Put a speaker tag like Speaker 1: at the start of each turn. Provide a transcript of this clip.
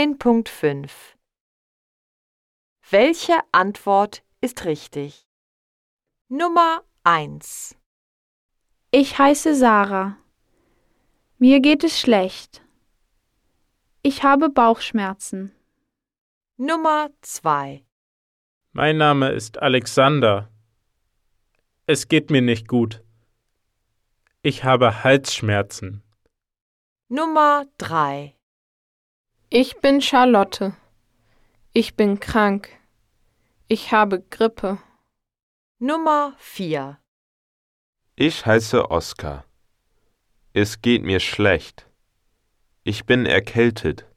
Speaker 1: 10.5 Welche Antwort ist richtig? Nummer 1
Speaker 2: Ich heiße Sarah. Mir geht es schlecht. Ich habe Bauchschmerzen.
Speaker 1: Nummer 2
Speaker 3: Mein Name ist Alexander. Es geht mir nicht gut. Ich habe Halsschmerzen.
Speaker 1: Nummer 3
Speaker 4: Ich bin Charlotte. Ich bin krank. Ich habe Grippe.
Speaker 1: Nummer 4
Speaker 5: Ich heiße Oskar. Es geht mir schlecht. Ich bin erkältet.